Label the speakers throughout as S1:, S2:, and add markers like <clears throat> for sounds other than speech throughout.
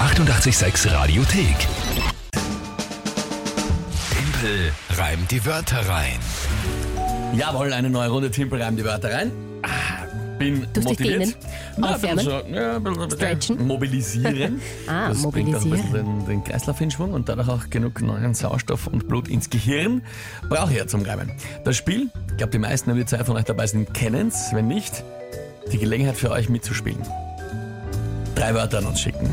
S1: 886 Radiothek. Tempel reimt die Wörter rein.
S2: Jawohl, eine neue Runde Timpel reimt die Wörter rein. Ah, Bin
S3: Durch dich
S2: motiviert.
S3: dehnen,
S2: Ah, ein bisschen so, ja, ein bisschen
S3: Stretchen.
S2: Mobilisieren.
S3: <laughs> Ah,
S2: das bringt auch ein
S3: mobilisieren.
S2: bisschen den, den Kreislauf in Schwung und dadurch auch genug neuen Sauerstoff und Blut ins Gehirn. Brauche ich ja zum Reimen. Das Spiel, ich glaube, die meisten, wenn die zwei von euch dabei sind, kennen es. Wenn nicht, die Gelegenheit für euch mitzuspielen. Drei Wörter an uns schicken.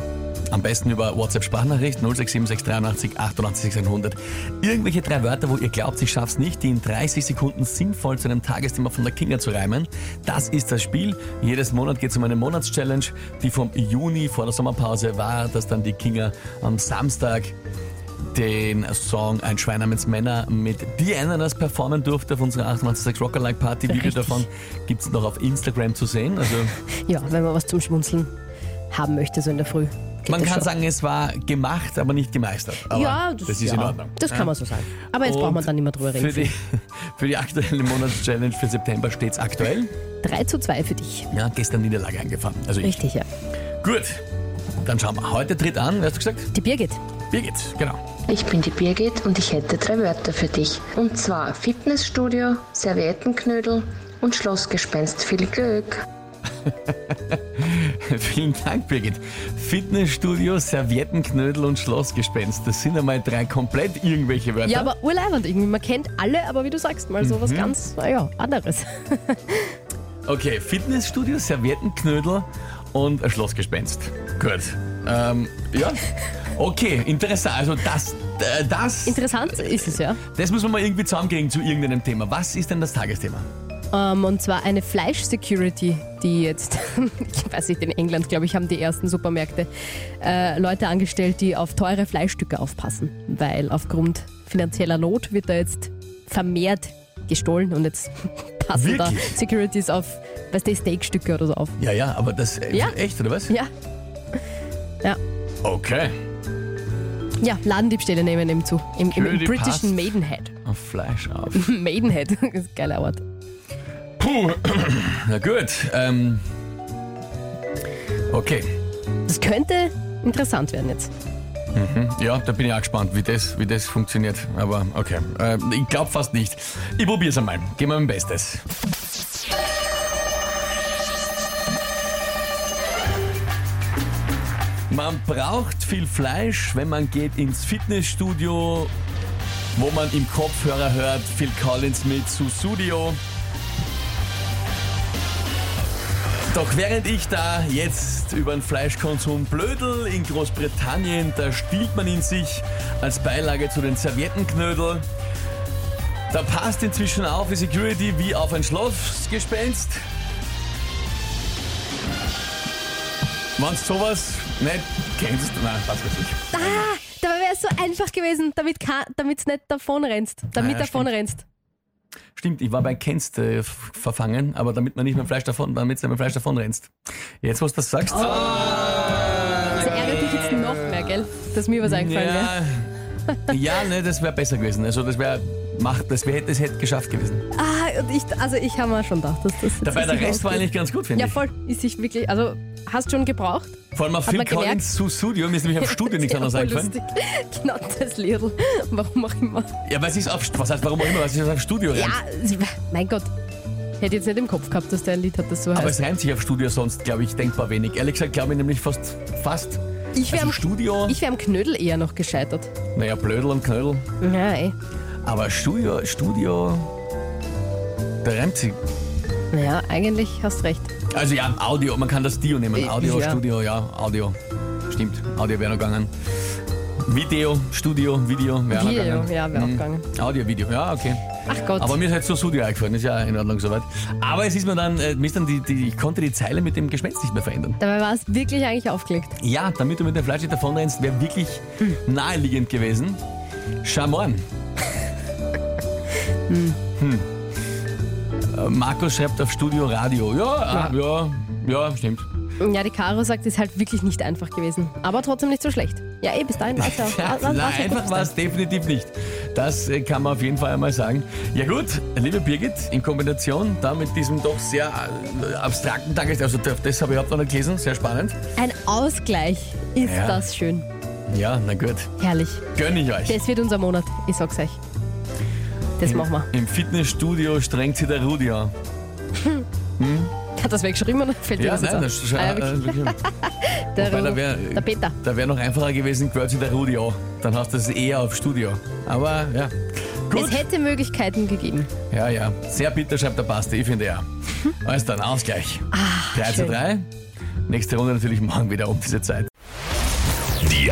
S2: Am besten über WhatsApp-Sprachnachricht 0676 88 600. Irgendwelche drei Wörter, wo ihr glaubt, ich schaff's nicht, die in 30 Sekunden sinnvoll zu einem Tagesthema von der Kinga zu reimen. Das ist das Spiel. Jedes Monat geht's um eine Monatschallenge, die vom Juni vor der Sommerpause war, dass dann die Kinga am Samstag den Song Ein Schwein namens Männer mit The Ananas performen durfte auf unserer 886 Rockerlike Party. Video
S3: Richtig.
S2: davon gibt's noch auf Instagram zu sehen. Also
S3: Ja, wenn man was zum Schmunzeln haben möchte, so in der Früh. Geht
S2: Man
S3: das
S2: kann
S3: schon.
S2: sagen, es war gemacht, aber nicht gemeistert. Aber
S3: ja, das,
S2: ist
S3: ja,
S2: in Ordnung.
S3: Das kann man so sagen. Aber jetzt
S2: Und
S3: braucht man dann nicht mehr drüber
S2: Für
S3: reden.
S2: die, <laughs> für die aktuelle Monatschallenge für September steht es aktuell.
S3: 3 zu 2 für dich.
S2: Ja, gestern Niederlage eingefahren. Also ich.
S3: Richtig, ja.
S2: Gut, dann schauen wir. Heute tritt an, wer hast du gesagt?
S3: Die Birgit.
S2: Birgit, genau. <laughs>
S4: Ich bin die Birgit und ich hätte drei Wörter für dich. Und zwar Fitnessstudio, Serviettenknödel und Schlossgespenst. Viel Glück!
S2: Vielen Dank, Birgit. Fitnessstudio, Serviettenknödel und Schlossgespenst. Das sind einmal drei komplett irgendwelche Wörter.
S3: Ja, aber urleibend irgendwie. Man kennt alle, aber wie du sagst, mal so
S2: Mhm.
S3: was ganz, naja, anderes. <laughs>
S2: Okay, Fitnessstudio, Serviettenknödel und ein Schlossgespenst. Gut. Ähm, ja. Okay, interessant. Also das, äh, das,
S3: Interessant ist es ja.
S2: das müssen wir mal irgendwie zusammenkriegen zu irgendeinem Thema. Was ist denn das Tagesthema?
S3: Ähm, und zwar eine Fleisch-Security, die jetzt, <laughs> ich weiß nicht, in England, glaube ich, haben die ersten Supermärkte äh, Leute angestellt, die auf teure Fleischstücke aufpassen. Weil aufgrund finanzieller Not wird da jetzt vermehrt gestohlen und jetzt <laughs>
S2: Wirklich?
S3: passen da Securities auf, weißt du, Steakstücke oder so auf.
S2: Ja, ja, aber das äh,
S3: Ja.
S2: echt, oder was?
S3: Ja,
S2: Okay.
S3: ja, Ladendiebstähle nehmen eben zu. Im, im, im
S2: Security passt.
S3: britischen Maidenhead. <laughs>
S2: Auf Oh, Fleisch auf.
S3: Maidenhead, <laughs> das ist ein geiler Ort.
S2: Puh. <clears throat> Na gut. Ähm, okay.
S3: Das könnte interessant werden jetzt.
S2: Ja, da bin ich auch gespannt, wie das, wie das funktioniert. Aber okay. Äh, ich glaube fast nicht. Ich probier's einmal. Geben wir mein Bestes. Man braucht viel Fleisch, wenn man geht ins Fitnessstudio, wo man im Kopfhörer hört Phil Collins mit Susudio. Doch während ich da jetzt über den Fleischkonsum blödel in Großbritannien, da stiehlt man ihn sich als Beilage zu den Serviettenknödel. Da passt inzwischen auf die Security wie auf ein Schlossgespenst. Wenn's sowas nicht kennst, nein, was weiß ich.
S3: Ah, da wäre es so einfach gewesen, damit es nicht davon rennst. Damit
S2: Ah, ja,
S3: davon
S2: stimmt.
S3: rennst.
S2: Stimmt, ich war bei Kennst äh, f- verfangen, aber damit man nicht mit Fleisch davon, damit du mit Fleisch davon rennst. Jetzt, was du das sagst.
S3: Das ärgert Also dich jetzt noch mehr, gell? Dass mir was eingefallen wäre.
S2: ja, <laughs> ja, ne, das wäre besser gewesen. Also das wäre macht, das wäre das hätte geschafft gewesen.
S3: Ah, und ich, also ich habe mir schon gedacht, dass das. jetzt
S2: Dabei der
S3: sicher
S2: Rest war
S3: ausgeht.
S2: eigentlich ganz gut, finde
S3: Ja, voll. Ist sich wirklich. Also, hast schon gebraucht?
S2: ich. Vor allem auf Phil
S3: man gemerkt?
S2: Collins zu Studio, mir ist nämlich auf Studio
S3: <laughs>
S2: nichts anderes
S3: voll
S2: eingefallen.
S3: lustig. <laughs> Genau das Liedl. Warum auch immer.
S2: Ja, weil sie es auf was heißt, warum auch immer, weil sie es auf Studio
S3: Ja,
S2: reimt.
S3: mein Gott. Hätte jetzt nicht im Kopf gehabt, dass der ein Lied hat, das so
S2: Aber
S3: heißt.
S2: es reimt sich auf Studio sonst, glaube ich, denkbar wenig. Ehrlich gesagt, glaube ich nämlich fast fast.
S3: Ich wäre
S2: Also Studio,
S3: am, ich wär am Knödel eher noch gescheitert.
S2: naja, Blödel und Knödel.
S3: Nein.
S2: Aber Studio, Studio, da reimt sie.
S3: Naja, eigentlich hast recht.
S2: Also ja, Audio, man kann das Dio nehmen.
S3: Äh,
S2: Audio,
S3: ja.
S2: Studio, ja, Audio. Stimmt, Audio wäre noch gegangen. Video, Studio, Video wäre noch
S3: Video,
S2: gegangen.
S3: ja, wäre auch gegangen.
S2: Audio, Video, ja, okay.
S3: Ach Gott.
S2: Mhm. Aber mir ist halt so Studio eingefallen, ist ja in Ordnung soweit. Aber es ist mir dann, äh, mir ist dann die, die, ich konnte die Zeile mit dem Gespenst nicht mehr verändern.
S3: Dabei war es wirklich eigentlich aufgelegt.
S2: Ja, damit du mit dem Fleisch nicht davonrennst, wäre wirklich
S3: Hm.
S2: naheliegend gewesen.
S3: <laughs>
S2: Schamorn. hm. Äh, Markus schreibt auf Studio Radio. Ja, ah, ja, ja, stimmt.
S3: Ja, die Caro sagt, es ist halt wirklich nicht einfach gewesen. Aber trotzdem nicht so schlecht. Ja, eh, bis dahin war's ja.
S2: <laughs> Ja,
S3: war's- war's
S2: nein,
S3: ja gut
S2: einfach
S3: bis
S2: war es definitiv nicht. Das äh, kann man auf jeden Fall einmal sagen. Ja gut, liebe Birgit, in Kombination da mit diesem doch sehr äh, abstrakten Tages, also das das habe ich überhaupt noch nicht gelesen, sehr spannend.
S3: Ein Ausgleich ist
S2: Ja.
S3: das schön.
S2: Ja, na gut,
S3: Herrlich.
S2: gönn ich euch.
S3: Das wird unser Monat, ich sag's euch. Das machen wir. <laughs>
S2: Im Fitnessstudio strengt sich der Rudi an.
S3: Hat das weggeschrieben oder fällt dir
S2: Ja,
S3: das jetzt
S2: nein,
S3: auf?
S2: das ist schon.
S3: Ah, ja,
S2: äh,
S3: wirklich.
S2: wirklich.
S3: <laughs> der,
S2: Wobei,
S3: Ru-
S2: da wär-
S3: der Peter.
S2: Da wäre noch einfacher gewesen, gehört sich der Rudi an. Dann hast du es eher auf Studio. Aber ja. Gut.
S3: Es hätte Möglichkeiten gegeben.
S2: Ja, ja. Sehr bitter schreibt der Basti, ich finde ja. Alles dann, Ausgleich. 3 zu
S3: schön.
S2: 3. Nächste Runde natürlich morgen wieder um diese Zeit.
S1: Die